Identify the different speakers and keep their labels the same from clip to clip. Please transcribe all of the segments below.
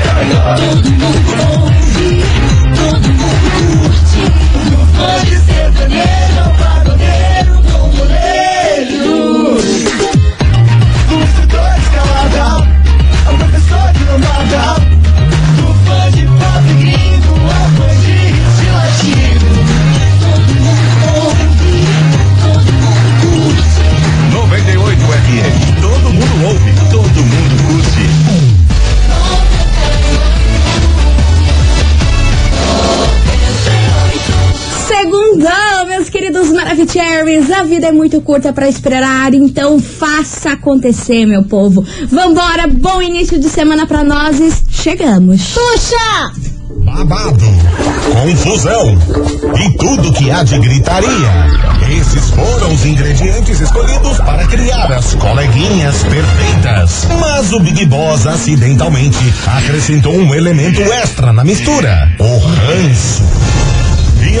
Speaker 1: Todo mundo ouve, todo mundo curte. Pode ser sertanejo, ou pagodeiro, bomboleiro. Do fedor escalada, ao professor de lambada. Do fã de pop gringo, ao fã de hit latino. Todo mundo ouve, todo mundo curte.
Speaker 2: 98 FM. Todo mundo ouve, todo mundo curte.
Speaker 3: Segundão, meus queridos Maravicheries, a vida é muito curta pra esperar, então faça acontecer, meu povo. Vambora, bom início de semana pra nós, e chegamos.
Speaker 4: Puxa!
Speaker 2: Babado, confusão e tudo que há de gritaria. Esses foram os ingredientes escolhidos para criar as coleguinhas perfeitas. Mas o Big Boss acidentalmente acrescentou um elemento extra na mistura: o ranço. E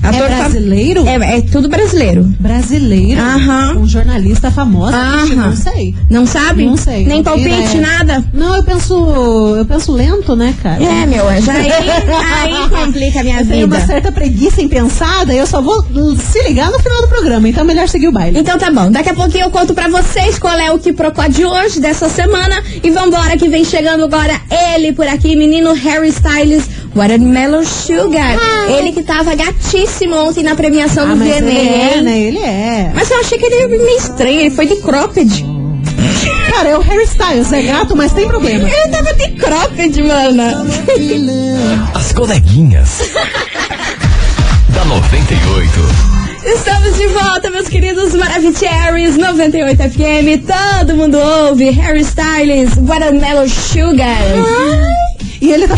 Speaker 4: É
Speaker 3: fa-
Speaker 4: brasileiro?
Speaker 3: É, é tudo brasileiro.
Speaker 4: Brasileiro.
Speaker 3: Aham.
Speaker 4: Um jornalista famoso. Ixi,
Speaker 3: Aham.
Speaker 4: Não sei.
Speaker 3: Não sabe?
Speaker 4: Não sei.
Speaker 3: Nem
Speaker 4: Não vi,
Speaker 3: palpite,
Speaker 4: né?
Speaker 3: nada?
Speaker 4: Não, eu penso. Eu penso lento, né, cara?
Speaker 3: É, meu anjo, aí, aí complica a minha
Speaker 4: Eu tenho
Speaker 3: vida.
Speaker 4: é uma certa preguiça em pensar, daí eu só vou uh, se ligar no final do programa, então é melhor seguir o baile.
Speaker 3: Então tá bom, daqui a pouquinho eu conto pra vocês qual é o que procó de hoje, dessa semana. E vambora que vem chegando agora ele por aqui, menino Harry Styles, Watermelon Sugar. Ele que tava gatíssimo ontem na premiação do VMA.
Speaker 4: Ah, ele é, né? Ele é.
Speaker 3: Mas eu achei que ele era meio estranho, ele foi de cropped.
Speaker 4: Cara, é o Harry Styles, é gato, mas tem problema.
Speaker 3: Ele tava de cropped, mana.
Speaker 5: As coleguinhas. da 98.
Speaker 3: Estamos de volta, meus queridos Maravicheries 98 FM. Todo mundo ouve Harry Styles, Watermelon Sugar.
Speaker 4: E ele tá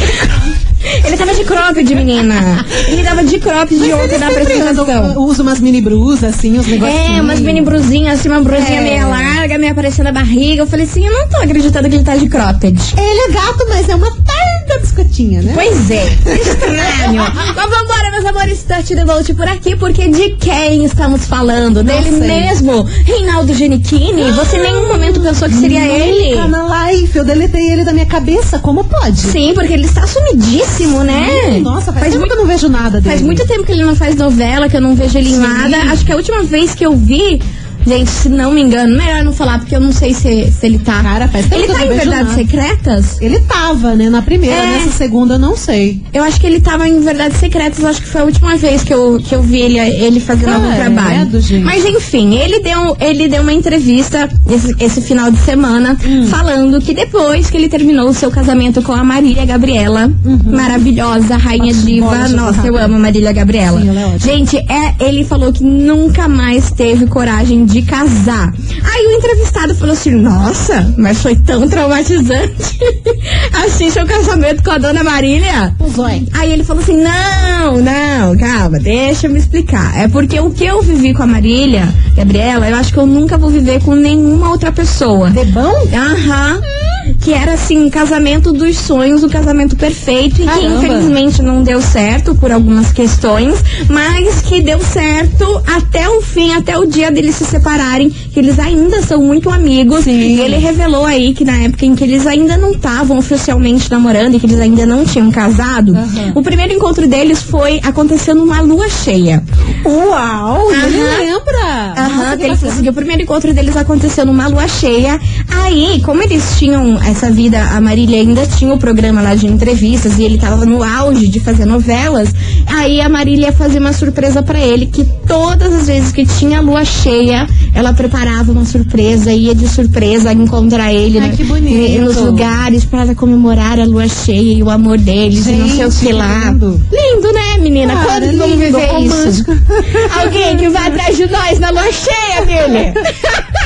Speaker 3: Ele tava de cropped, menina. Ele tava de cropped de ontem na apresentação.
Speaker 4: Usa umas mini brusas, assim, os negocinhos.
Speaker 3: É, umas mini brusinhas, assim, uma brusinha
Speaker 4: É.
Speaker 3: meio larga, meio aparecendo a barriga. Eu falei assim, eu não tô acreditando que ele tá de cropped.
Speaker 4: Ele é gato, mas é uma tarda biscoitinha, né?
Speaker 3: Pois é, estranho. Mas vambora, meus amores, Touch the Bolt por aqui, porque de quem estamos falando? Dele
Speaker 4: sei. Ah,
Speaker 3: mesmo, Reinaldo Genichini. Você em nenhum momento pensou que seria ele?
Speaker 4: Tá na live, eu deletei ele da minha cabeça, como pode?
Speaker 3: Sim, porque ele está sumidíssimo, né?
Speaker 4: Nossa, faz, tempo
Speaker 3: muito
Speaker 4: que eu não vejo nada dele.
Speaker 3: Faz muito tempo que ele não faz novela, que eu não vejo ele em
Speaker 4: Sim.
Speaker 3: nada. Acho que a última vez que eu vi Gente, se não me engano, melhor não falar, porque eu não sei se, se ele tá.
Speaker 4: Cara, faz tempo
Speaker 3: ele
Speaker 4: que eu
Speaker 3: tá em
Speaker 4: não vejo
Speaker 3: Verdades
Speaker 4: nada.
Speaker 3: Secretas?
Speaker 4: Ele tava, né, na primeira,
Speaker 3: É.
Speaker 4: nessa segunda eu não sei.
Speaker 3: Eu acho que ele tava em Verdades Secretas, acho que foi a última vez que eu, que eu vi ele, ele fazendo algum
Speaker 4: Credo,
Speaker 3: trabalho.
Speaker 4: gente.
Speaker 3: Mas enfim, ele deu, ele deu uma entrevista esse, esse final de semana
Speaker 4: Hum.
Speaker 3: falando que depois que ele terminou o seu casamento com a Marília Gabriela,
Speaker 4: Uhum.
Speaker 3: maravilhosa, rainha
Speaker 4: Nossa,
Speaker 3: diva,
Speaker 4: bora, já vou
Speaker 3: nossa, eu
Speaker 4: rápido.
Speaker 3: amo a Marília Gabriela.
Speaker 4: tá. Sim, ela é ótima.
Speaker 3: Gente, é, ele falou que nunca mais teve coragem de casar. Aí o entrevistado falou assim: Nossa, mas foi tão traumatizante. assim, seu casamento com a dona Marília.
Speaker 4: Zói.
Speaker 3: Aí ele falou assim: não, não, calma, deixa eu me explicar. É porque o que eu vivi com a Marília, Gabriela, eu acho que eu nunca vou viver com nenhuma outra pessoa.
Speaker 4: Debão?
Speaker 3: Aham. Que era assim, casamento dos sonhos, o casamento perfeito. E que
Speaker 4: Caramba.
Speaker 3: infelizmente não deu certo por algumas questões, mas que deu certo até o fim, até o dia deles se separarem, que eles ainda são muito amigos.
Speaker 4: Sim.
Speaker 3: E ele revelou aí que na época em que eles ainda não estavam oficialmente namorando e que eles ainda não tinham casado,
Speaker 4: Aham.
Speaker 3: o primeiro encontro deles foi aconteceu numa lua cheia.
Speaker 4: Uau, ele
Speaker 3: Aham.
Speaker 4: lembra.
Speaker 3: Aham,
Speaker 4: Nossa, tá que
Speaker 3: que eles-
Speaker 4: bacana.
Speaker 3: que o primeiro encontro deles aconteceu numa lua cheia. Aí, como eles tinham essa vida, a Marília ainda tinha o programa lá de entrevistas e ele tava no auge de fazer novelas. Aí a Marília fazia uma surpresa pra ele que todas as vezes que tinha lua cheia, ela preparava uma surpresa, ia de surpresa encontrar ele
Speaker 4: Ai,
Speaker 3: né,
Speaker 4: que bonito.
Speaker 3: eh, nos lugares para comemorar a lua cheia e o amor deles e não sei o
Speaker 4: Gente,
Speaker 3: que lá.
Speaker 4: lindo.
Speaker 3: Lindo, né, menina?
Speaker 4: Cara,
Speaker 3: Quando que vamos
Speaker 4: lindo,
Speaker 3: viver isso?
Speaker 4: romântico.
Speaker 3: Alguém que vai atrás de nós na lua cheia, Billy.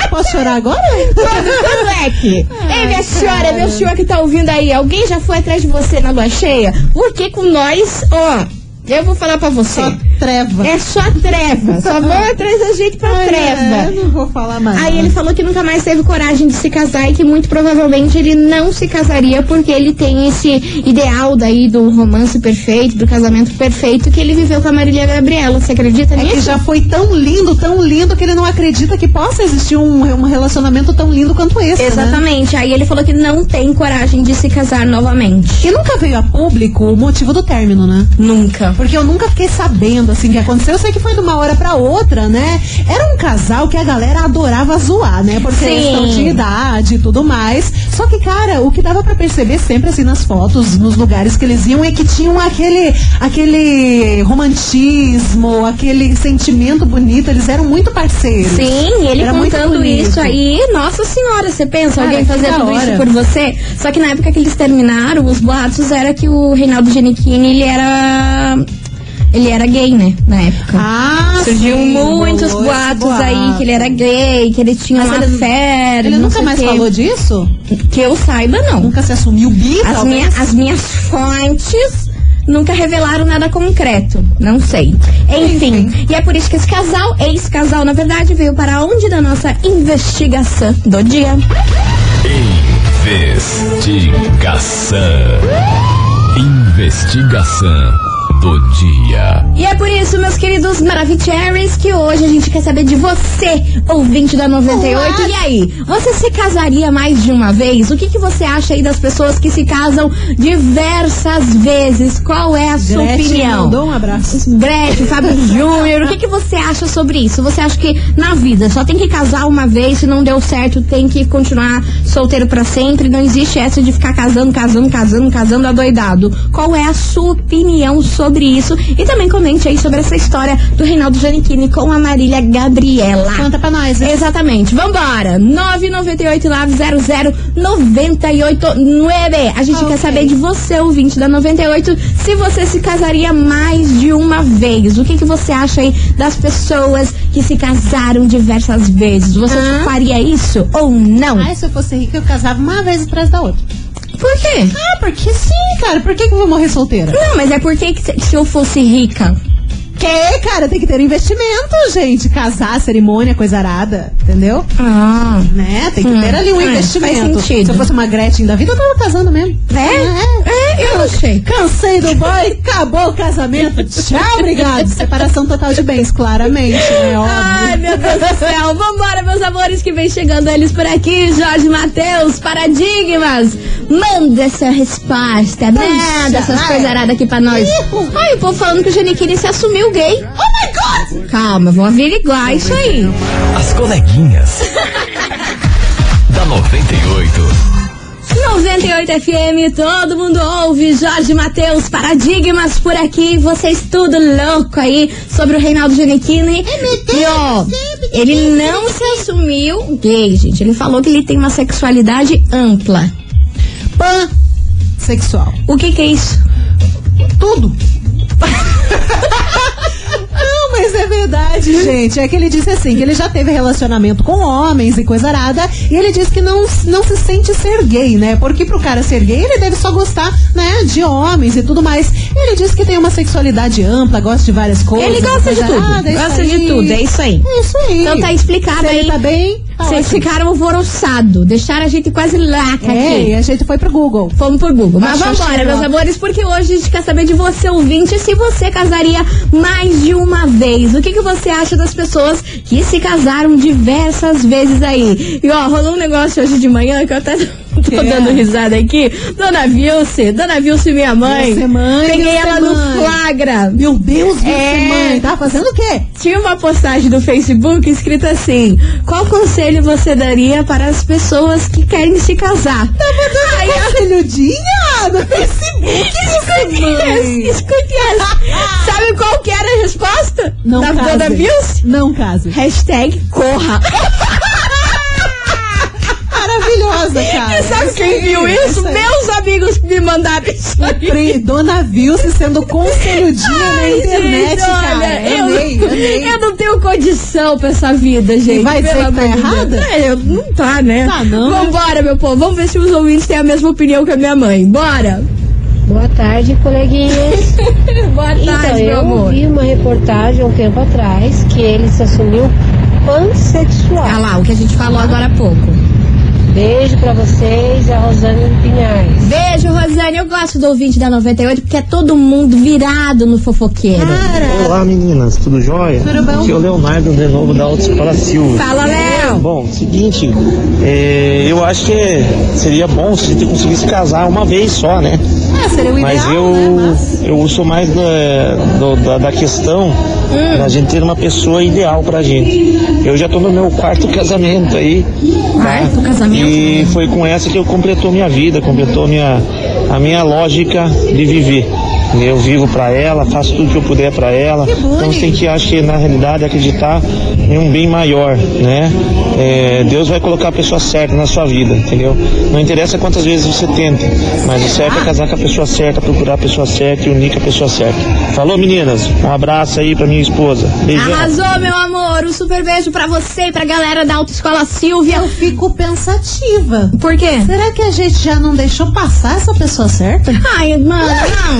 Speaker 4: Posso chorar agora?
Speaker 3: Quando é que? Ei, minha senhora, meu senhor que tá ouvindo aí, alguém já foi atrás de você na lua cheia? Porque com nós, ó, eu vou falar pra você.
Speaker 4: Só treva.
Speaker 3: É só treva. Só vão atrás da gente pra
Speaker 4: Ai, é,
Speaker 3: treva.
Speaker 4: eu não vou falar mais.
Speaker 3: Aí ele falou que nunca mais teve coragem de se casar e que muito provavelmente ele não se casaria porque ele tem esse ideal daí do romance perfeito, do casamento perfeito que ele viveu com a Marília Gabriela. Você acredita
Speaker 4: É
Speaker 3: nisso?
Speaker 4: que já foi tão lindo, tão lindo, que ele não acredita que possa existir um, um relacionamento tão lindo quanto esse. né?
Speaker 3: Exatamente. Aí ele falou que não tem coragem de se casar novamente.
Speaker 4: E nunca veio a público o motivo do término, né?
Speaker 3: Nunca.
Speaker 4: Porque eu nunca fiquei sabendo assim que aconteceu. Eu sei que foi de uma hora pra outra, né? Era um casal que a galera adorava zoar, né?
Speaker 3: Sim.
Speaker 4: Porque eles estão de idade e tudo mais. Só que, cara, o que dava pra perceber sempre assim nas fotos, nos lugares que eles iam, é que tinham aquele, aquele romantismo, aquele sentimento bonito. Eles eram muito parceiros.
Speaker 3: Sim, ele
Speaker 4: Era muito
Speaker 3: contando
Speaker 4: bonito.
Speaker 3: isso aí, nossa senhora, você pensa,
Speaker 4: Cara,
Speaker 3: alguém
Speaker 4: que
Speaker 3: fazer
Speaker 4: da
Speaker 3: tudo isso
Speaker 4: hora.
Speaker 3: por você? Só que na época que eles terminaram, os boatos era que o Reinaldo Genichini, ele era. Ele era gay, né? Na época.
Speaker 4: Ah,
Speaker 3: Surgiu
Speaker 4: sim,
Speaker 3: muitos
Speaker 4: rolou esse
Speaker 3: boatos
Speaker 4: boato.
Speaker 3: aí que ele era gay, que ele tinha
Speaker 4: Mas
Speaker 3: uma
Speaker 4: ele-
Speaker 3: fera.
Speaker 4: Ele
Speaker 3: não
Speaker 4: nunca
Speaker 3: sei
Speaker 4: mais
Speaker 3: o quê.
Speaker 4: falou disso?
Speaker 3: Que eu saiba, não.
Speaker 4: Nunca se assumiu bi,
Speaker 3: As,
Speaker 4: talvez?
Speaker 3: minha- as minhas fontes nunca revelaram nada concreto. Não sei. Enfim, e é por isso que esse casal, ex-casal, na verdade, veio para onde da nossa investigação do dia.
Speaker 5: Investigação. Investigação do dia.
Speaker 3: E é por isso, meus queridos Maravicheries, que hoje a gente quer saber de você, ouvinte da 98.
Speaker 4: Olá.
Speaker 3: E aí, você se casaria mais de uma vez? O que, que você acha aí das pessoas que se casam diversas vezes? Qual é a sua
Speaker 4: Gretchen
Speaker 3: opinião?
Speaker 4: mandou um abraço.
Speaker 3: Gretchen, Fábio Júnior, o que, que você acha sobre isso? Você acha que na vida só tem que casar uma vez, se não deu certo, tem que continuar solteiro pra sempre? Não existe essa de ficar casando, casando, casando, casando adoidado. Qual é a sua opinião sobre isso? E também comente aí sobre essa história do Reinaldo Giannichini com a Marília Gabriela.
Speaker 4: Conta pra nós, né? hein?
Speaker 3: Exatamente. Vambora. 998-900-989. A gente
Speaker 4: Ok.
Speaker 3: quer saber de você, ouvinte da 98, se você se casaria mais de uma vez. O que, que você acha aí das pessoas que se casaram diversas vezes? Você
Speaker 4: Hã?
Speaker 3: faria isso ou não?
Speaker 4: Ai, se eu fosse rica, eu casava uma vez atrás da outra.
Speaker 3: Por quê?
Speaker 4: Ah, porque sim, cara. Por que, que eu vou morrer solteira?
Speaker 3: Não, mas é porque que se, se eu fosse rica.
Speaker 4: Que, cara, tem que ter investimento, gente. Casar, cerimônia, coisa arada, entendeu?
Speaker 3: Ah.
Speaker 4: Né? Tem que ter ali um
Speaker 3: é,
Speaker 4: investimento.
Speaker 3: faz sentido.
Speaker 4: Se eu fosse uma Gretchen da vida, eu tava casando mesmo.
Speaker 3: É? É, Eu achei.
Speaker 4: Cansei do boy, acabou o casamento. Tchau, obrigado. Separação total de bens, claramente, né? Óbvio.
Speaker 3: Ai, meu Deus do céu. Vambora, meus amores, que vem chegando eles por aqui. Jorge Matheus, Paradigmas. Manda essa resposta. Manda essas
Speaker 4: vai.
Speaker 3: coisaradas aqui pra nós. Ai, o povo falando que o Geniquini se assumiu gay. Oh my God! Calma, vamos então. averiguar isso aí.
Speaker 5: As coleguinhas. da 98.
Speaker 3: 98 FM, todo mundo ouve. Jorge Matheus, Paradigmas por aqui. Vocês tudo louco aí sobre o Reinaldo Giannichini.
Speaker 4: É
Speaker 3: E ó,
Speaker 4: um
Speaker 3: ele não se assumiu gay, gente. Ele falou que ele tem uma sexualidade ampla.
Speaker 4: Pansexual.
Speaker 3: O que que é isso?
Speaker 4: Tudo. Não, mas é verdade, gente. É que ele disse assim, que ele já teve relacionamento com homens e coisa arada, e ele disse que não, não se sente ser gay, né? Porque pro cara ser gay, ele deve só gostar, né, de homens e tudo mais. Ele disse que tem uma sexualidade ampla, gosta de várias coisas.
Speaker 3: Ele gosta de
Speaker 4: coisa
Speaker 3: tudo.
Speaker 4: arada, é isso
Speaker 3: Gosta
Speaker 4: aí.
Speaker 3: de tudo, é isso aí.
Speaker 4: É isso aí.
Speaker 3: Então tá explicado
Speaker 4: Se
Speaker 3: aí.
Speaker 4: Ele tá bem? Tá
Speaker 3: Vocês
Speaker 4: ótimo.
Speaker 3: ficaram alvoroçados, deixaram a gente quase laca
Speaker 4: É,
Speaker 3: aqui.
Speaker 4: e a gente foi pro Google.
Speaker 3: Fomos por Google. Mas
Speaker 4: Baixou o
Speaker 3: vambora,
Speaker 4: xarope.
Speaker 3: meus amores, porque hoje a gente quer saber de você, ouvinte, se você casaria mais de uma vez. O que, que você acha das pessoas que se casaram diversas vezes aí? E ó, rolou um negócio hoje de manhã que eu até tô
Speaker 4: Que? é?
Speaker 3: dando risada aqui. Dona Vilce, Dona Vilce, minha mãe.
Speaker 4: Vilce, mãe,
Speaker 3: peguei
Speaker 4: Vilce,
Speaker 3: ela no
Speaker 4: mãe.
Speaker 3: flagra.
Speaker 4: Meu Deus, você,
Speaker 3: É.
Speaker 4: mãe, tá fazendo o quê?
Speaker 3: Tinha uma postagem do Facebook escrita assim: Qual conselho você daria para as pessoas que querem se
Speaker 4: Tá
Speaker 3: casar? Aí eu-
Speaker 4: Filhudinha do Facebook.
Speaker 3: Escute essa. Escute essa. Sabe qual que era a resposta?
Speaker 4: Não
Speaker 3: da
Speaker 4: case.
Speaker 3: Dona Bills?
Speaker 4: Não case.
Speaker 3: Hashtag corra.
Speaker 4: Maravilhosa, cara.
Speaker 3: E sabe
Speaker 4: Isso
Speaker 3: quem
Speaker 4: aí,
Speaker 3: viu isso?
Speaker 4: aí.
Speaker 3: Meus amigos me mandaram isso aí.
Speaker 4: Pri, Dona Vilce sendo conselhudinha na
Speaker 3: Ai,
Speaker 4: internet,
Speaker 3: gente,
Speaker 4: cara.
Speaker 3: olha, eu,
Speaker 4: amei, amei.
Speaker 3: eu não tenho condição pra essa vida, gente.
Speaker 4: vai dizer
Speaker 3: pelo
Speaker 4: que tá
Speaker 3: amor de Deus.
Speaker 4: errada?
Speaker 3: É, eu- não tá, né?
Speaker 4: Tá, não.
Speaker 3: Vambora, meu povo. Vamos ver se os ouvintes têm a mesma opinião que a minha mãe. Bora.
Speaker 6: Boa tarde, coleguinhas.
Speaker 3: Boa tarde,
Speaker 6: então,
Speaker 3: meu
Speaker 6: eu
Speaker 3: amor.
Speaker 6: vi uma reportagem um tempo atrás que ele se assumiu
Speaker 3: Ah
Speaker 6: pansexual.
Speaker 3: lá, o que a gente falou agora há pouco.
Speaker 6: Beijo pra vocês, a Rosane Pinhais.
Speaker 3: Beijo, Rosane. Eu gosto do ouvinte da 98 porque é todo mundo virado no fofoqueiro.
Speaker 4: Ah, Cara,
Speaker 7: Olá meninas, tudo jóia?
Speaker 4: Tudo bom? Tá.
Speaker 7: Aqui é o Leonardo de novo da Autoescola Silva.
Speaker 3: Fala, Léo.
Speaker 7: Bom, seguinte, é, eu acho que seria bom se a gente conseguisse casar uma vez só, né?
Speaker 4: é, seria o ideal,
Speaker 7: Mas
Speaker 4: né?
Speaker 7: eu,
Speaker 4: Mas-
Speaker 7: eu sou mais da, do- da, da questão
Speaker 4: Hum.
Speaker 7: da gente ter uma pessoa ideal pra gente. Eu já tô no meu quarto casamento aí.
Speaker 4: Ah,
Speaker 7: né?
Speaker 4: é
Speaker 3: Quarto casamento?
Speaker 7: E foi com essa que eu completou minha vida, completou minha, a minha lógica de viver. Eu vivo pra ela, faço tudo que eu puder pra ela.
Speaker 4: Que bom,
Speaker 7: então você tem que, acho que na realidade, acreditar em um bem maior, né? É, Deus vai colocar a pessoa certa na sua vida, entendeu? Não interessa quantas vezes você tenta, mas o certo é casar com a pessoa certa, procurar a pessoa certa e unir com a pessoa certa. Falou, meninas? Um abraço aí pra minha esposa. Beijão.
Speaker 3: Arrasou, meu amor. Um super beijo pra você e pra galera da Autoescola Silvia.
Speaker 4: eu fico pensativa.
Speaker 3: Por quê?
Speaker 4: Será que a gente já não deixou passar essa pessoa certa?
Speaker 3: Ai, mano, não.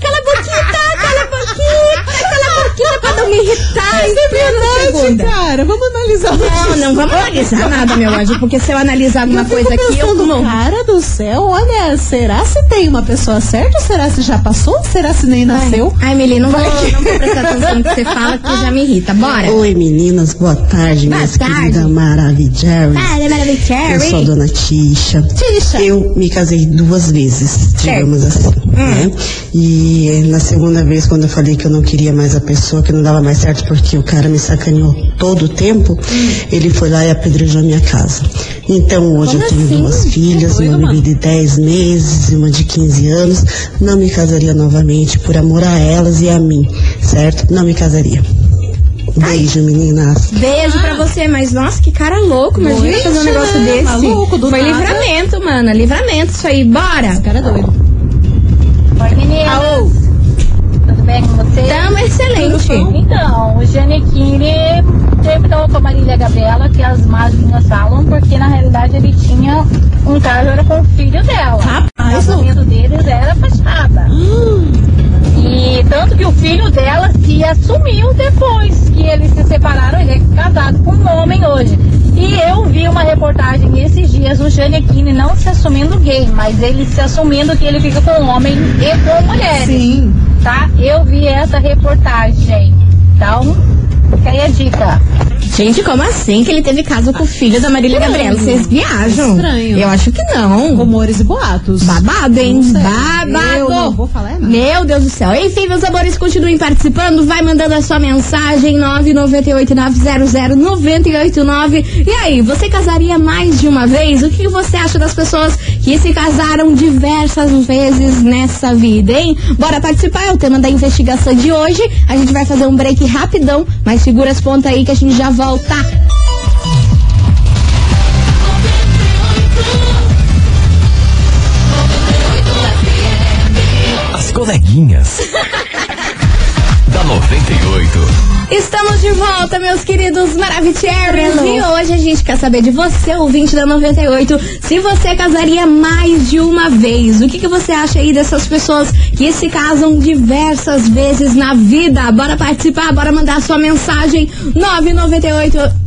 Speaker 3: Cala a boquinha, tá? cala a boquinha. Cala a boquinha pra não me irritar.
Speaker 4: é
Speaker 3: Espera uma segunda.
Speaker 4: verdade, cara. Vamos analisar o
Speaker 3: Não, não vamos analisar nada, meu anjo, porque se eu analisar alguma coisa aqui, eu
Speaker 4: pensando,
Speaker 3: não.
Speaker 4: cara do céu, olha, será se tem uma pessoa certa? Será se já passou? Será se nem nasceu?
Speaker 3: Ai, Meli, não vou, não vou prestar atenção no que você fala, porque já me irrita. Bora.
Speaker 8: Oi meninas, boa tarde,
Speaker 3: Boa
Speaker 8: minhas
Speaker 3: tarde.
Speaker 8: queridas Maravijerry.
Speaker 3: Para,
Speaker 8: Eu sou a
Speaker 3: Maravicherry.
Speaker 8: dona Tisha.
Speaker 3: Tisha.
Speaker 8: Eu me casei duas vezes, digamos assim. Né? E na segunda vez, quando eu falei que eu não queria mais a pessoa, que não dava mais certo porque o cara me sacaneou todo o tempo, ele foi lá e apedrejou a minha casa. Então hoje eu tenho duas filhas, uma bebê de 10 meses e uma de 15 anos. Não me casaria novamente por amor a elas e a mim, certo? Não me casaria. Beijo, meninas.
Speaker 3: Beijo pra você, mas nossa, que cara louco. Imagina
Speaker 4: Doente,
Speaker 3: fazer um negócio
Speaker 4: né?
Speaker 3: desse.
Speaker 4: Maluco, do
Speaker 3: Foi
Speaker 4: nada.
Speaker 3: livramento, mana. Livramento isso aí. Bora.
Speaker 4: Cara é doido.
Speaker 9: Oi meninas,
Speaker 3: Aô.
Speaker 9: tudo bem com vocês?
Speaker 3: Tamo excelente.
Speaker 9: Então, o Janequine terminou com a Marília Gabriela, que as más línguas falam, porque na realidade ele tinha um caso era com o filho dela.
Speaker 4: Rapaz,
Speaker 9: o casamento deles era fachada. E tanto que o filho dela se assumiu depois que eles se separaram, ele é casado com um homem hoje. E eu vi uma reportagem esses dias, o Janequine não se assumindo gay, mas ele se assumindo que ele fica com um homem e com mulheres.
Speaker 4: Sim.
Speaker 9: Tá? Eu vi essa reportagem. Então, fica aí a dica.
Speaker 3: Gente, como assim que ele teve caso com o filho da Marília Gabriela? Vocês viajam?
Speaker 4: Estranho.
Speaker 3: Eu acho que não.
Speaker 4: Rumores e boatos.
Speaker 3: Babado, hein?
Speaker 4: Não sei.
Speaker 3: Babado.
Speaker 4: Eu não vou falar nada.
Speaker 3: Meu Deus do céu. Enfim, meus amores, continuem participando. Vai mandando a sua mensagem 998900989. E aí, você casaria mais de uma vez? O que você acha das pessoas que se casaram diversas vezes nessa vida, hein? Bora participar, é o tema da investigação de hoje. A gente vai fazer um break rapidão, mas segura as pontas aí que a gente já volta.
Speaker 5: As coleguinhas. da 98.
Speaker 3: Estamos de volta, meus queridos Maravicheros. E hoje a gente quer saber de você, ouvinte da 98, se você casaria mais de uma vez. O que, que você acha aí dessas pessoas que se casam diversas vezes na vida? Bora participar, bora mandar sua mensagem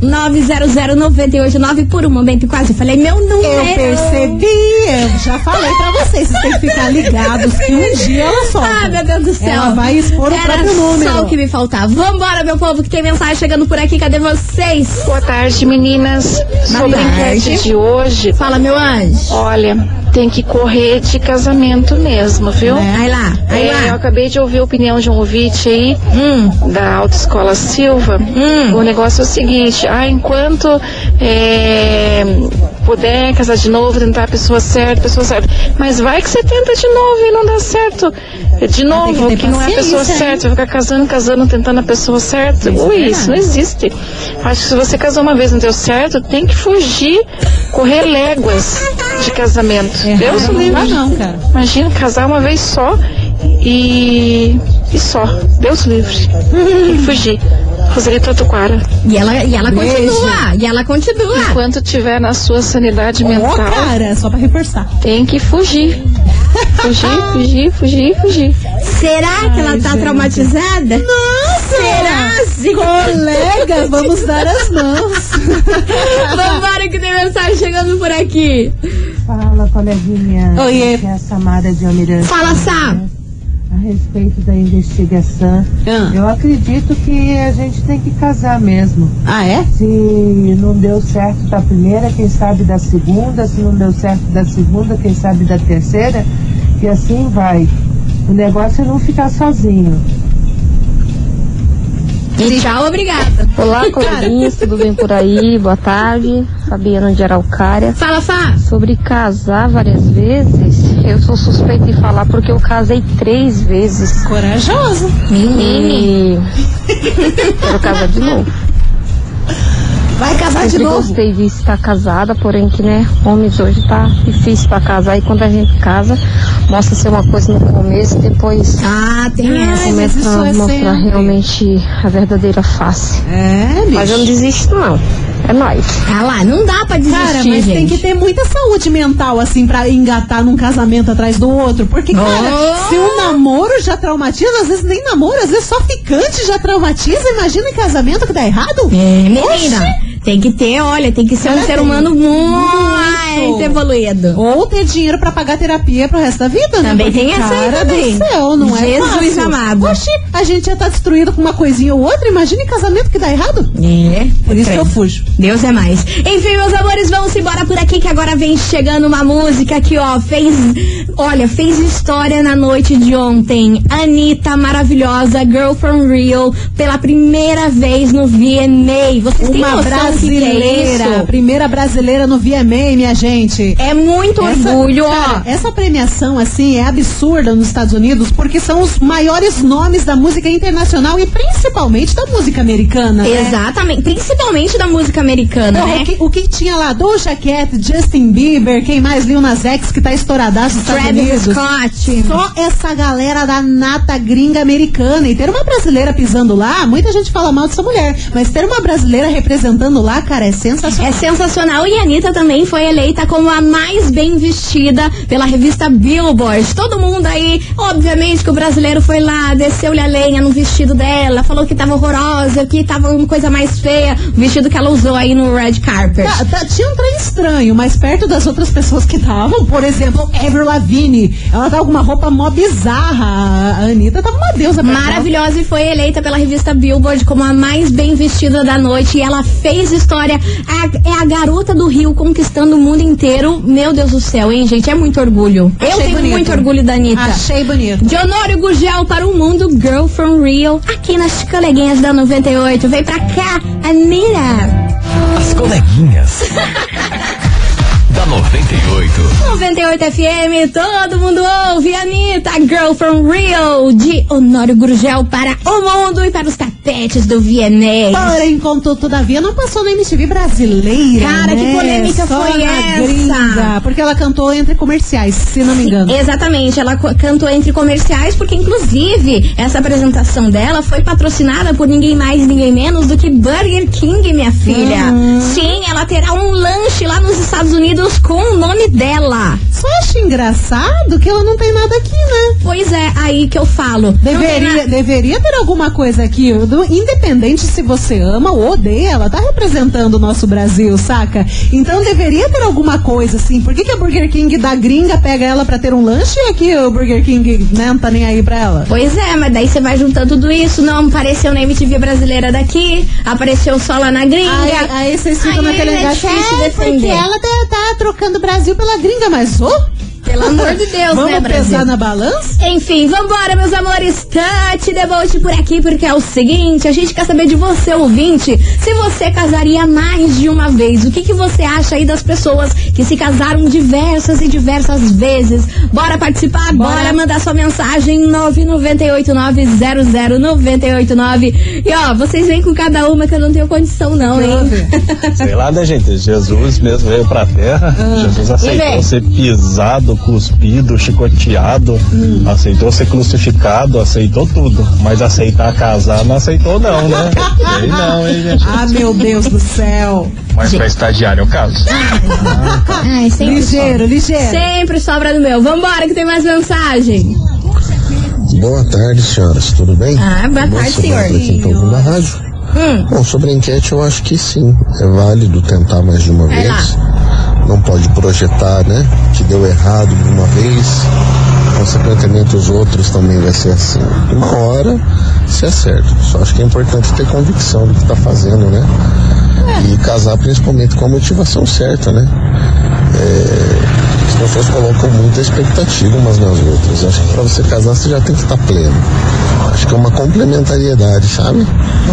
Speaker 3: 998-900-989. Por um momento quase falei meu número.
Speaker 4: Eu percebi, eu já falei pra vocês, vocês têm que ficar ligados que um dia ela solta.
Speaker 3: Ah, meu Deus do céu.
Speaker 4: Ela vai expor o
Speaker 3: Era
Speaker 4: próprio número.
Speaker 3: só o que me faltava. Vambora, meu povo, que tem mensagem chegando por aqui. Cadê vocês?
Speaker 10: Boa tarde, meninas.
Speaker 4: Tá
Speaker 10: Sobre a enquete
Speaker 3: tarde.
Speaker 10: de hoje,
Speaker 3: Fala, meu anjo.
Speaker 10: olha, tem que correr de casamento mesmo, viu?
Speaker 4: Né?
Speaker 3: Vai lá, vai
Speaker 10: É, eu
Speaker 3: lá.
Speaker 10: acabei de ouvir a opinião de um ouvinte aí,
Speaker 3: Hum,
Speaker 10: da Autoescola Silva.
Speaker 3: Hum.
Speaker 10: O negócio é o seguinte, ah, enquanto é, puder casar de novo, tentar a pessoa certa, a pessoa certa. Mas vai que você tenta de novo e não dá certo. De novo,
Speaker 3: ter
Speaker 10: que, não é a pessoa
Speaker 3: paciência, hein? é
Speaker 10: certa. Vai ficar casando, casando, tentando a pessoa certa. Ui, isso não existe. Acho que se você casou uma vez e não deu certo, tem que fugir, correr léguas de casamento.
Speaker 4: É,
Speaker 3: É.
Speaker 10: Deus
Speaker 4: não
Speaker 10: me
Speaker 4: dá
Speaker 10: livre.
Speaker 4: não, cara.
Speaker 10: Imagina casar uma vez só e. e só. Deus livre. Tem que fugir. Roselita Toquara.
Speaker 3: e ela, e ela continua, e ela continua.
Speaker 10: Enquanto tiver na sua sanidade
Speaker 4: Ô,
Speaker 10: mental,
Speaker 4: cara, é só pra reforçar.
Speaker 10: tem que fugir. Fugir, fugir, fugir, fugir.
Speaker 3: Será que ela tá traumatizada? Nossa! Será? Sim.
Speaker 4: Colega, vamos dar as mãos.
Speaker 3: Vambora, que tem mensagem chegando por aqui.
Speaker 11: Fala, coleguinha.
Speaker 4: Oiê.
Speaker 11: Aqui é a Samara de Almirante.
Speaker 3: Fala, Sá.
Speaker 11: A respeito da investigação,
Speaker 4: Ah.
Speaker 11: eu acredito que a gente tem que casar mesmo.
Speaker 4: Ah, é?
Speaker 11: Se não deu certo da primeira, quem sabe da segunda. Se não deu certo da segunda, quem sabe da terceira. E assim vai. O negócio é não ficar sozinho.
Speaker 3: E tchau, obrigada.
Speaker 6: Olá, coleguinhas, tudo bem por aí? Boa tarde, Fabiana de Araucária.
Speaker 3: Fala, Fá.
Speaker 6: Sobre casar várias vezes, eu sou suspeita de falar porque eu casei três vezes.
Speaker 4: Corajoso.
Speaker 6: E quero casar de novo.
Speaker 4: Vai casar Ah, de
Speaker 6: Sempre
Speaker 4: novo.
Speaker 6: gostei de estar casada, porém que, né, homens hoje tá difícil pra casar. E quando a gente casa, mostra ser uma coisa no começo e depois
Speaker 3: Ah, tem essa.
Speaker 4: Ai, mas
Speaker 6: começa
Speaker 4: isso é
Speaker 6: a mostrar
Speaker 4: sempre.
Speaker 6: realmente a verdadeira face.
Speaker 4: É, bicho.
Speaker 6: Mas eu não desisto não. É nóis.
Speaker 3: Ah lá, não dá pra desistir,
Speaker 4: Cara, mas
Speaker 3: gente.
Speaker 4: tem que ter muita saúde mental, assim, pra engatar num casamento atrás do outro. Porque, cara,
Speaker 3: Oh!
Speaker 4: se o namoro já traumatiza, às vezes nem namoro, às vezes só ficante já traumatiza. Imagina em casamento que dá errado?
Speaker 3: É, menina. Tem que ter, olha, tem que ser um
Speaker 4: Cara,
Speaker 3: ser
Speaker 4: tem
Speaker 3: humano muito
Speaker 4: muito.
Speaker 3: evoluído.
Speaker 4: Ou ter dinheiro pra pagar terapia pro resto da vida, né?
Speaker 3: Também
Speaker 4: Porque,
Speaker 3: tem essa aí
Speaker 4: cara
Speaker 3: também.
Speaker 4: do céu, não é
Speaker 3: Jesus
Speaker 4: fácil.
Speaker 3: amado.
Speaker 4: Oxi, a gente já tá destruído com uma coisinha ou outra, imagina em casamento que dá errado.
Speaker 3: É,
Speaker 4: Por isso que
Speaker 3: credo.
Speaker 4: eu fujo.
Speaker 3: Deus é mais. Enfim, meus amores, vamos embora por aqui que agora vem chegando uma música que, ó, fez. Olha, fez história na noite de ontem. Anitta, maravilhosa, Girl from Rio, pela primeira vez no VMA. Vocês têm
Speaker 4: Uma
Speaker 3: noção do que que é
Speaker 4: brasileira,
Speaker 3: isso?
Speaker 4: primeira brasileira no VMA, minha gente.
Speaker 3: É muito orgulho, ó.
Speaker 4: cara, essa premiação, assim, é absurda nos Estados Unidos, porque são os maiores nomes da música internacional e principalmente da música americana. né?
Speaker 3: Exatamente, principalmente da música americana,
Speaker 4: Porra,
Speaker 3: né?
Speaker 4: o, que, o que tinha lá? Doja Cat, Justin Bieber, quem mais? Lil Nas X, que tá estouradaço nos Estados
Speaker 3: Travis
Speaker 4: Unidos.
Speaker 3: Scott.
Speaker 4: Só essa galera da nata gringa americana. E ter uma brasileira pisando lá, muita gente fala mal dessa mulher. Mas ter uma brasileira representando lá, cara, é sensacional.
Speaker 3: É sensacional. E a Anitta também foi eleita como a mais bem vestida pela revista Billboard. Todo mundo aí, obviamente que o brasileiro foi lá, desceu-lhe a lenha no vestido dela, falou que tava horrorosa, que tava uma coisa mais feia, o vestido que ela usou aí no red carpet.
Speaker 4: Tá, tá, tinha um trem estranho, mas perto das outras pessoas que estavam, por exemplo, Avril Lavigne, ela tava com uma roupa mó bizarra. A Anitta tava uma deusa.
Speaker 3: Maravilhosa e foi eleita pela revista Billboard como a mais bem vestida da noite. E ela fez história. A, é a garota do Rio conquistando o mundo inteiro. Meu Deus do céu, hein, gente? É muito orgulho. Eu
Speaker 4: Achei
Speaker 3: tenho
Speaker 4: bonito.
Speaker 3: muito orgulho da Anitta.
Speaker 4: Achei bonito.
Speaker 3: Dionório Gugel para o mundo, Girl from Rio, aqui nas coleguinhas da 98. Vem pra cá, Anira.
Speaker 5: As coleguinhas. da 98.
Speaker 3: 98 FM, todo mundo ouve, Anitta, Girl from Rio, de Honório Gurgel para o mundo e para os tapetes do VMA.
Speaker 4: Porém, contou, todavia, não passou na MTV brasileira.
Speaker 3: Cara, que
Speaker 4: né?
Speaker 3: polêmica
Speaker 4: Só
Speaker 3: foi
Speaker 4: na
Speaker 3: essa?
Speaker 4: gringa, porque ela cantou entre comerciais, se não me engano.
Speaker 3: Exatamente, ela co- cantou entre comerciais porque inclusive essa apresentação dela foi patrocinada por ninguém mais, ninguém menos do que Burger King, minha filha. Sim, ela terá um lanche lá nos Estados Unidos com o nome dela.
Speaker 4: Só acho engraçado que ela não tem nada aqui, né?
Speaker 3: Pois é, aí que eu falo. Não é.
Speaker 4: Deveria,
Speaker 3: tem na-
Speaker 4: deveria ter alguma coisa aqui, do- independente se você ama ou odeia, ela tá representando o nosso Brasil, saca? Então deveria ter alguma coisa, assim. Por que, que a Burger King da gringa pega ela pra ter um lanche e aqui o Burger King né, não tá nem aí pra ela?
Speaker 3: Pois é, mas daí você vai juntando tudo isso. Não apareceu na MTV brasileira daqui, apareceu só lá na gringa.
Speaker 4: Aí, aí vocês ficam
Speaker 3: Aí
Speaker 4: naquele
Speaker 3: é
Speaker 4: negócio
Speaker 3: difícil
Speaker 4: é, porque
Speaker 3: defender.
Speaker 4: ela tá, tá trocando o Brasil pela gringa, mas ô!
Speaker 3: Pelo amor de Deus,
Speaker 4: Vamos
Speaker 3: né, Brasil?
Speaker 4: pesar na balança?
Speaker 3: Enfim, vambora, meus amores. Tati Debolt por aqui, porque é o seguinte: a gente quer saber de você, ouvinte, se você casaria mais de uma vez. O que, que você acha aí das pessoas que se casaram diversas e diversas vezes? Bora participar, bora, mandar sua mensagem 998900989. E ó, vocês vêm com cada uma que eu não tenho condição, não, hein?
Speaker 12: Sei lá, né, gente? Jesus mesmo veio pra terra. Jesus
Speaker 3: E
Speaker 12: aceitou
Speaker 3: vem?
Speaker 12: ser pisado, cuspido, chicoteado. Aceitou ser crucificado, aceitou tudo. Mas aceitar casar não aceitou, não, né? Sei não, hein, gente?
Speaker 4: Ah, meu Deus do céu!
Speaker 12: Mas pra estagiário eu caso.
Speaker 3: Ai, Ah, é sempre
Speaker 4: Ligeiro,
Speaker 3: sobra.
Speaker 4: ligeiro.
Speaker 3: Sempre sobra no meu. Vambora, que tem mais mensagem.
Speaker 13: Boa tarde, senhoras. Tudo bem?
Speaker 3: Ah, boa
Speaker 13: Bom
Speaker 3: tarde,
Speaker 13: sábado
Speaker 3: senhor.
Speaker 13: Pra quem tá ouvindo a rádio. Bom, sobre a enquete, eu acho que sim. É válido tentar mais de uma
Speaker 3: Vai
Speaker 13: vez.
Speaker 3: lá.
Speaker 13: Não pode projetar, né? Que deu errado de uma vez. Consequentemente, os outros também vai ser assim. Uma hora se acerta. Só acho que é importante ter convicção do que tá fazendo, né? E casar principalmente com a motivação certa, né? É, as pessoas colocam muita expectativa umas nas outras. Acho que para você casar você já tem que estar pleno. Acho que é uma complementariedade, sabe?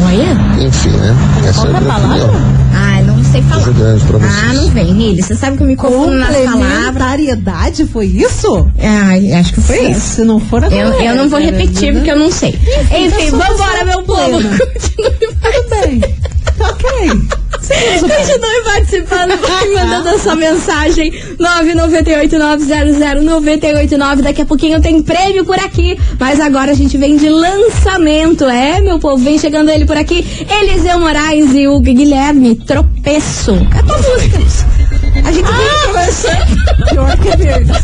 Speaker 3: Olha.
Speaker 13: Enfim, né? Essa é a minha opinião.
Speaker 3: Ai, não sei falar.
Speaker 13: Beijo grande pra vocês.
Speaker 3: Ah, não vem, Nili. Você sabe que eu me confundo nas palavras.
Speaker 4: Complementariedade, foi isso?
Speaker 3: Ai, acho que foi
Speaker 4: se,
Speaker 3: isso.
Speaker 4: Se não for, né?
Speaker 3: Eu, eu não vou repetir porque eu não sei. Enfim,
Speaker 4: então só
Speaker 3: vambora,
Speaker 4: você
Speaker 3: meu povo.
Speaker 4: plena.
Speaker 3: Continue participando.
Speaker 4: Ok.
Speaker 3: Continue participando, vai mandando a sua mensagem 998900989. Daqui a pouquinho tem prêmio por aqui, mas agora a gente vem de lançamento, é, meu povo? Vem chegando ele por aqui, Eliseu Moraes e o Guilherme Tropeço. É tua música. A gente vive conversando.
Speaker 4: Pior que é verdade.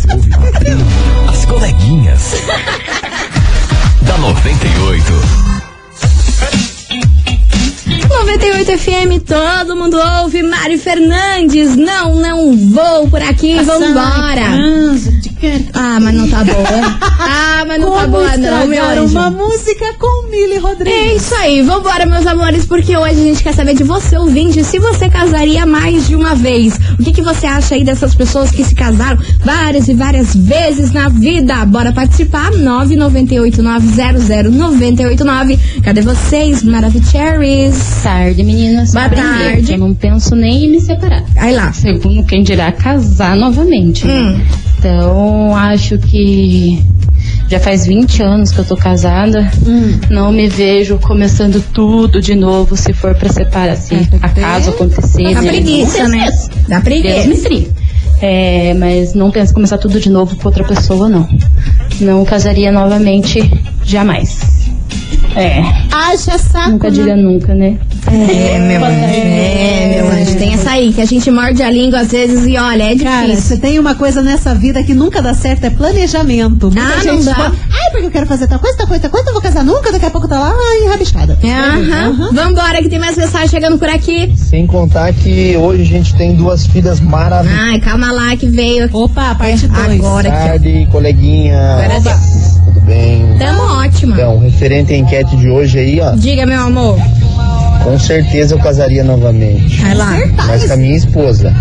Speaker 5: As coleguinhas. da 98.
Speaker 3: 98 FM, todo mundo ouve. Mari Fernandes, não, não vou por
Speaker 4: Tá
Speaker 3: aqui, vambora. Ah, mas não tá boa. Ah, mas não tá
Speaker 4: Como
Speaker 3: boa, não, meu
Speaker 4: estragaram
Speaker 3: anjo.
Speaker 4: uma música com Mili Rodrigues.
Speaker 3: É isso aí, vambora, meus amores, porque hoje a gente quer saber de você, ouvinte, se você casaria mais de uma vez. O que, que você acha aí dessas pessoas que se casaram várias e várias vezes na vida? Bora participar, 998900989. Cadê vocês, Maravicheries?
Speaker 14: tarde, meninas.
Speaker 3: Boa
Speaker 14: Aprender,
Speaker 3: tarde.
Speaker 14: que Eu não penso nem em me separar.
Speaker 3: Aí lá.
Speaker 14: Segundo quem dirá, casar novamente. né? Então, acho que já faz 20 anos que eu tô casada. Não me vejo começando tudo de novo se for pra separar, se acaso acontecer.
Speaker 10: é
Speaker 3: Dá preguiça, né? Dá preguiça.
Speaker 14: Deus me livre. É, mas não penso em começar tudo de novo com outra pessoa, não. Não casaria novamente, jamais. É.
Speaker 4: Acha saco.
Speaker 14: Nunca diga nunca, né?
Speaker 3: É, meu anjo. É, meu anjo. Tem essa aí, que a gente morde a língua às vezes e olha, é difícil.
Speaker 4: Cara, se tem uma coisa nessa vida que nunca dá certo é planejamento. Muita
Speaker 3: Ah, não
Speaker 4: gente
Speaker 3: dá.
Speaker 4: fala, ai, porque eu quero fazer tal coisa, tal coisa, tal coisa, não vou casar nunca, daqui a pouco tá lá, ai, rabiscada.
Speaker 3: É, Aham. Vambora, que tem mais mensagem chegando por aqui.
Speaker 15: Sem contar que hoje a gente tem duas filhas maravilhosas.
Speaker 3: Ai, calma lá que veio. É,
Speaker 4: Opa, a parte 2.
Speaker 3: agora
Speaker 15: Boa
Speaker 3: aqui.
Speaker 15: tarde, coleguinha.
Speaker 3: Agora
Speaker 15: Ah, Tudo bem?
Speaker 3: Tamo ótima.
Speaker 15: Então, referente à enquete de hoje aí, ó.
Speaker 3: Diga, meu amor.
Speaker 15: Com certeza eu casaria novamente.
Speaker 3: Vai lá.
Speaker 15: Mas com a minha esposa.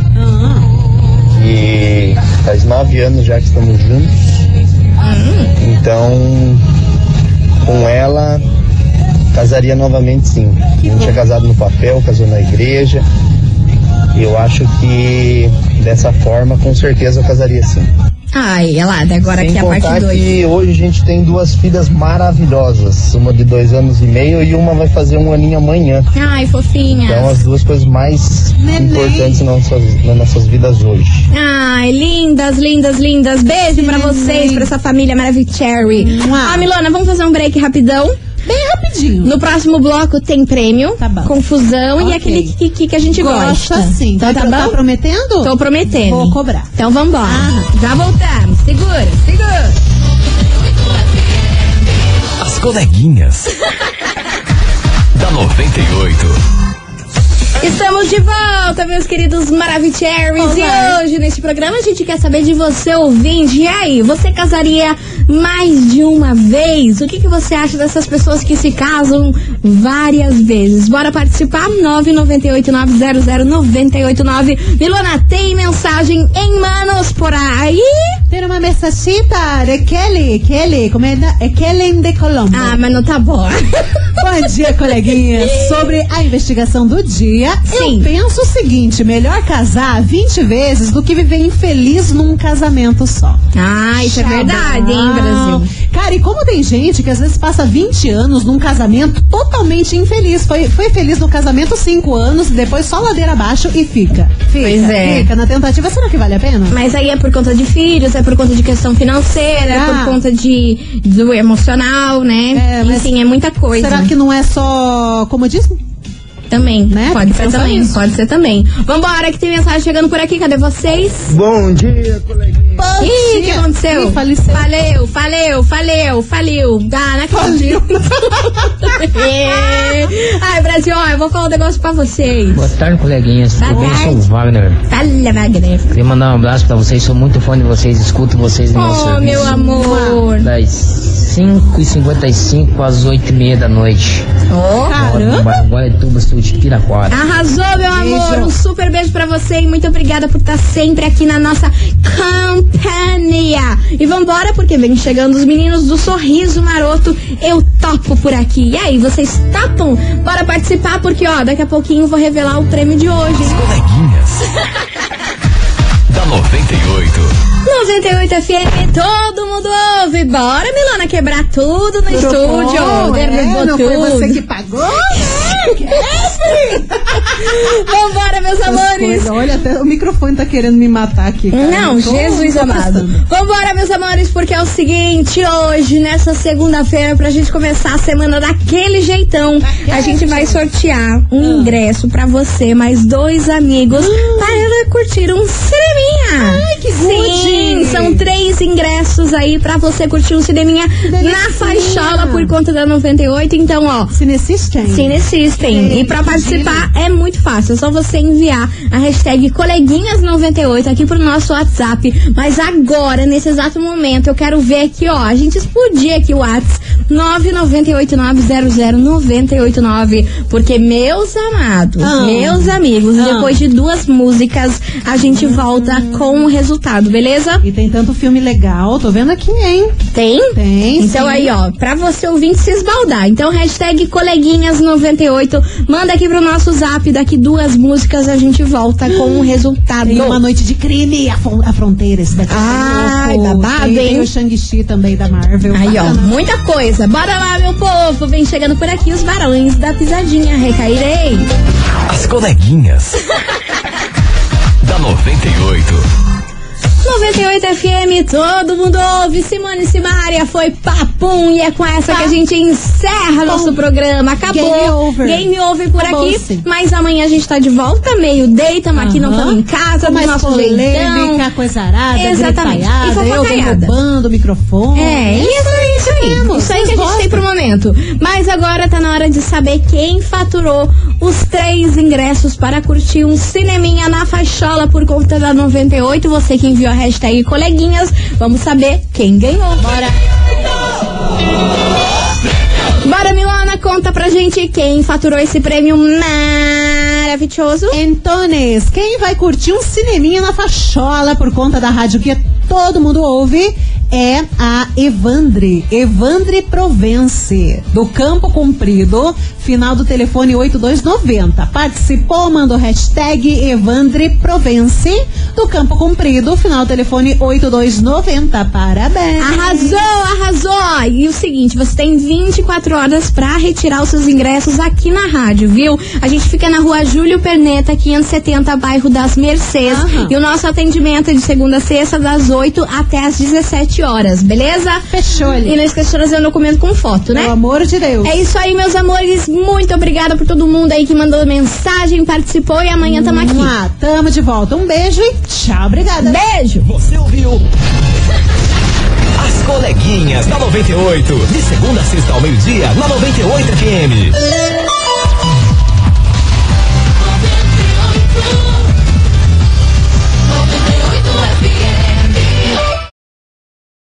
Speaker 15: Que faz nove anos já que estamos juntos. Então, com ela, casaria novamente sim. A gente é casado no papel, casou na igreja. E eu acho que dessa forma, com certeza eu casaria sim.
Speaker 3: Ai, olha lá, até agora
Speaker 15: Sem
Speaker 3: aqui É a
Speaker 15: contar
Speaker 3: parte 2.
Speaker 15: que hoje a gente tem duas filhas maravilhosas, uma de dois anos e meio e uma vai fazer um aninho amanhã.
Speaker 3: Ai, fofinha.
Speaker 15: Então as duas coisas mais
Speaker 3: Neném.
Speaker 15: importantes nas nossas, nas nossas vidas hoje.
Speaker 3: Ai, lindas, lindas, lindas. Beijo pra vocês, pra essa família maravilhosa. Ah, Milona, vamos fazer um break rapidão.
Speaker 4: Bem rapidinho.
Speaker 3: No próximo bloco tem prêmio, confusão e
Speaker 4: Tá Ok.
Speaker 3: aquele que, que, que a gente
Speaker 4: Gosta,
Speaker 3: gosta.
Speaker 4: sim.
Speaker 3: Então,
Speaker 4: Tá-
Speaker 3: tá,
Speaker 4: tá
Speaker 3: bom?
Speaker 4: prometendo?
Speaker 3: Tô prometendo.
Speaker 4: Vou cobrar. Ah.
Speaker 3: Então vambora. Já voltamos. Segura, segura.
Speaker 5: As coleguinhas. da 98.
Speaker 3: Estamos de volta, meus queridos Maravicheries. E hoje, neste programa, a gente quer saber de você, ouvinte. E aí, você casaria mais de uma vez? O que, que você acha dessas pessoas que se casam várias vezes? Bora participar? 998900989. Milona, tem mensagem em manos por aí?
Speaker 4: Tem uma mensagita de Kelly, Kelly, como é, da- é Kellen de Colombo.
Speaker 3: Ah, mas não tá bom.
Speaker 4: Bom dia, coleguinha. Sobre a investigação do dia, eu penso o seguinte: melhor casar 20 vezes do que viver infeliz num casamento só.
Speaker 3: Ah, isso é verdade, hein, Brasil?
Speaker 4: Cara, e como tem gente que às vezes passa 20 anos num casamento totalmente infeliz. Foi, foi feliz no casamento 5 anos, depois só ladeira abaixo e fica. Fica,
Speaker 3: Pois é.
Speaker 4: fica na tentativa. Será que vale a pena?
Speaker 3: Mas aí é por conta de filhos, é por conta de questão financeira, é
Speaker 4: Será?
Speaker 3: por conta de do emocional, né?
Speaker 4: Ah. É, mas
Speaker 3: Enfim, é muita coisa.
Speaker 4: Será que não é só comodismo?
Speaker 3: Também, né? Pode
Speaker 4: Tem
Speaker 3: ser
Speaker 4: que pensar
Speaker 3: também,
Speaker 4: nisso.
Speaker 3: pode ser também. Vambora, que tem mensagem chegando por aqui, cadê vocês?
Speaker 16: Bom dia, coleguinha.
Speaker 3: Ih, o que
Speaker 16: dia.
Speaker 3: aconteceu?
Speaker 16: Ih, faleceu.
Speaker 3: Faleu, faleu, faleu, faliu. Ah, não acredito. É. Ai, Brasil, ó, eu vou falar um negócio pra vocês.
Speaker 17: Boa tarde, coleguinhas. Tudo
Speaker 3: Boa
Speaker 17: bem? Eu sou o
Speaker 3: tarde.
Speaker 17: Wagner.
Speaker 3: Fala, Wagner.
Speaker 17: Queria mandar um abraço pra vocês. Sou muito fã de vocês. Escuto vocês no meu
Speaker 3: Oh,
Speaker 17: serviço.
Speaker 3: meu amor.
Speaker 17: Das 5h55 às 8h30 da noite.
Speaker 3: Oh, caramba.
Speaker 17: Agora é tubo, sul de Piraquara.
Speaker 3: Arrasou, meu amor.
Speaker 17: Beijo.
Speaker 3: Um super beijo pra você e muito obrigada por estar sempre aqui na nossa companhia. E vambora, porque vem chegando os meninos do Sorriso Maroto. Eu topo por aqui. E aí, vocês topam? Bora participar, porque ó, daqui a pouquinho eu vou revelar o prêmio de hoje.
Speaker 5: Da 98.
Speaker 3: 98 FM, todo mundo ouve. Bora, Milana, quebrar tudo no
Speaker 4: Trocou,
Speaker 3: estúdio.
Speaker 4: é,
Speaker 3: Derrubou
Speaker 4: não foi
Speaker 3: tudo. é,
Speaker 4: você que pagou,
Speaker 3: Vambora, meus
Speaker 4: Essas
Speaker 3: amores.
Speaker 4: coisas. Olha, até o microfone tá querendo me matar aqui. cara. tá
Speaker 3: Não,
Speaker 4: Eu tô-
Speaker 3: Jesus
Speaker 4: tô
Speaker 3: amado.
Speaker 4: prestando.
Speaker 3: Vambora, meus amores, porque é o seguinte, hoje, nessa segunda-feira, pra gente começar a semana daquele jeitão, a gente vai sortear um ingresso pra você, mais dois amigos, para curtir um cineminha. Ai,
Speaker 4: que
Speaker 3: Sim,
Speaker 4: good.
Speaker 3: são três ingressos aí pra você curtir um cineminha na Faixola por conta da 98. Então, ó.
Speaker 4: Cine System.
Speaker 3: Cine System. E pra participar é muito fácil. É só você enviar a hashtag coleguinhas98 aqui pro nosso WhatsApp. Mas agora, nesse exato momento, eu quero ver aqui, ó. A gente explodir aqui o WhatsApp 998900989. Porque, meus amados,
Speaker 18: Ah. Uhum.
Speaker 3: meus amigos, depois de duas músicas, a gente volta com o resultado, beleza?
Speaker 4: E tem tanto filme legal, tô vendo aqui, hein?
Speaker 3: Tem?
Speaker 4: Tem.
Speaker 3: Então
Speaker 4: sim.
Speaker 3: aí, ó, pra você ouvinte se esbaldar. Então, hashtag coleguinhas98, manda aqui pro nosso zap, daqui duas músicas a gente volta com o resultado.
Speaker 4: Tem uma noite de crime, a, fron- a fronteira, esse daqui.
Speaker 3: Ai,
Speaker 4: é louco.
Speaker 3: Ah, babado,
Speaker 4: Tem-
Speaker 3: hein?
Speaker 4: Tem o Shang-Chi também da Marvel.
Speaker 3: Aí, ó,
Speaker 4: Bacana.
Speaker 3: muita coisa. Bora lá, meu povo. Vem chegando por aqui os barões da pisadinha. Recairei.
Speaker 5: As coleguinhas. da 98.
Speaker 3: 98 FM, todo mundo ouve. Simone Simaria, foi papum e é com essa que a gente encerra nosso programa. Acabou.
Speaker 4: Game over.
Speaker 3: Game over por
Speaker 4: Acabou,
Speaker 3: aqui.
Speaker 4: sim.
Speaker 3: Mas amanhã a gente tá de volta, meio day, tamo aqui, não tamo em casa,
Speaker 4: Com
Speaker 3: do
Speaker 4: mais
Speaker 3: nosso jeitão.
Speaker 4: polêmica, coisa arada,
Speaker 3: Exatamente. E
Speaker 4: gritalhada, eu
Speaker 3: fofocaiada.
Speaker 4: derrubando o microfone.
Speaker 3: É, isso, aí, isso aí. Isso aí que a gente tem pro momento. Mas agora tá na hora de saber quem faturou os três ingressos para curtir um cineminha na faixola por conta da 98. Você que enviou a hashtag coleguinhas, vamos saber quem ganhou. Bora! Bora, Milana, conta pra gente quem faturou esse prêmio maravilhoso.
Speaker 4: Antones, quem vai curtir um cineminha na fachola por conta da rádio que todo mundo ouve é a Evandre, Evandre Provence, do Campo Comprido, final do telefone 8290. Participou, mandou hashtag Evandre Provence, do Campo Comprido, final do telefone 8290. Parabéns!
Speaker 3: Arrasou, arrasou! E o seguinte, você tem 24 horas pra retirar os seus ingressos aqui na rádio, viu? A gente fica na rua Júlio Perneta, 570, bairro das Mercedes.
Speaker 4: Aham.
Speaker 3: E o nosso atendimento é de segunda a sexta, das 8 até as 17 horas, beleza?
Speaker 4: Fechou ali.
Speaker 3: E não esqueça de trazer o documento com foto, né?
Speaker 4: Pelo amor de Deus.
Speaker 3: É isso aí, meus amores. Muito obrigada por todo mundo aí que mandou mensagem, participou e amanhã tamo aqui.
Speaker 4: Mua, tamo de volta. Um beijo e tchau, obrigada.
Speaker 3: Beijo!
Speaker 5: Você ouviu? As coleguinhas da 98. De segunda a sexta ao meio-dia, na 98 FM.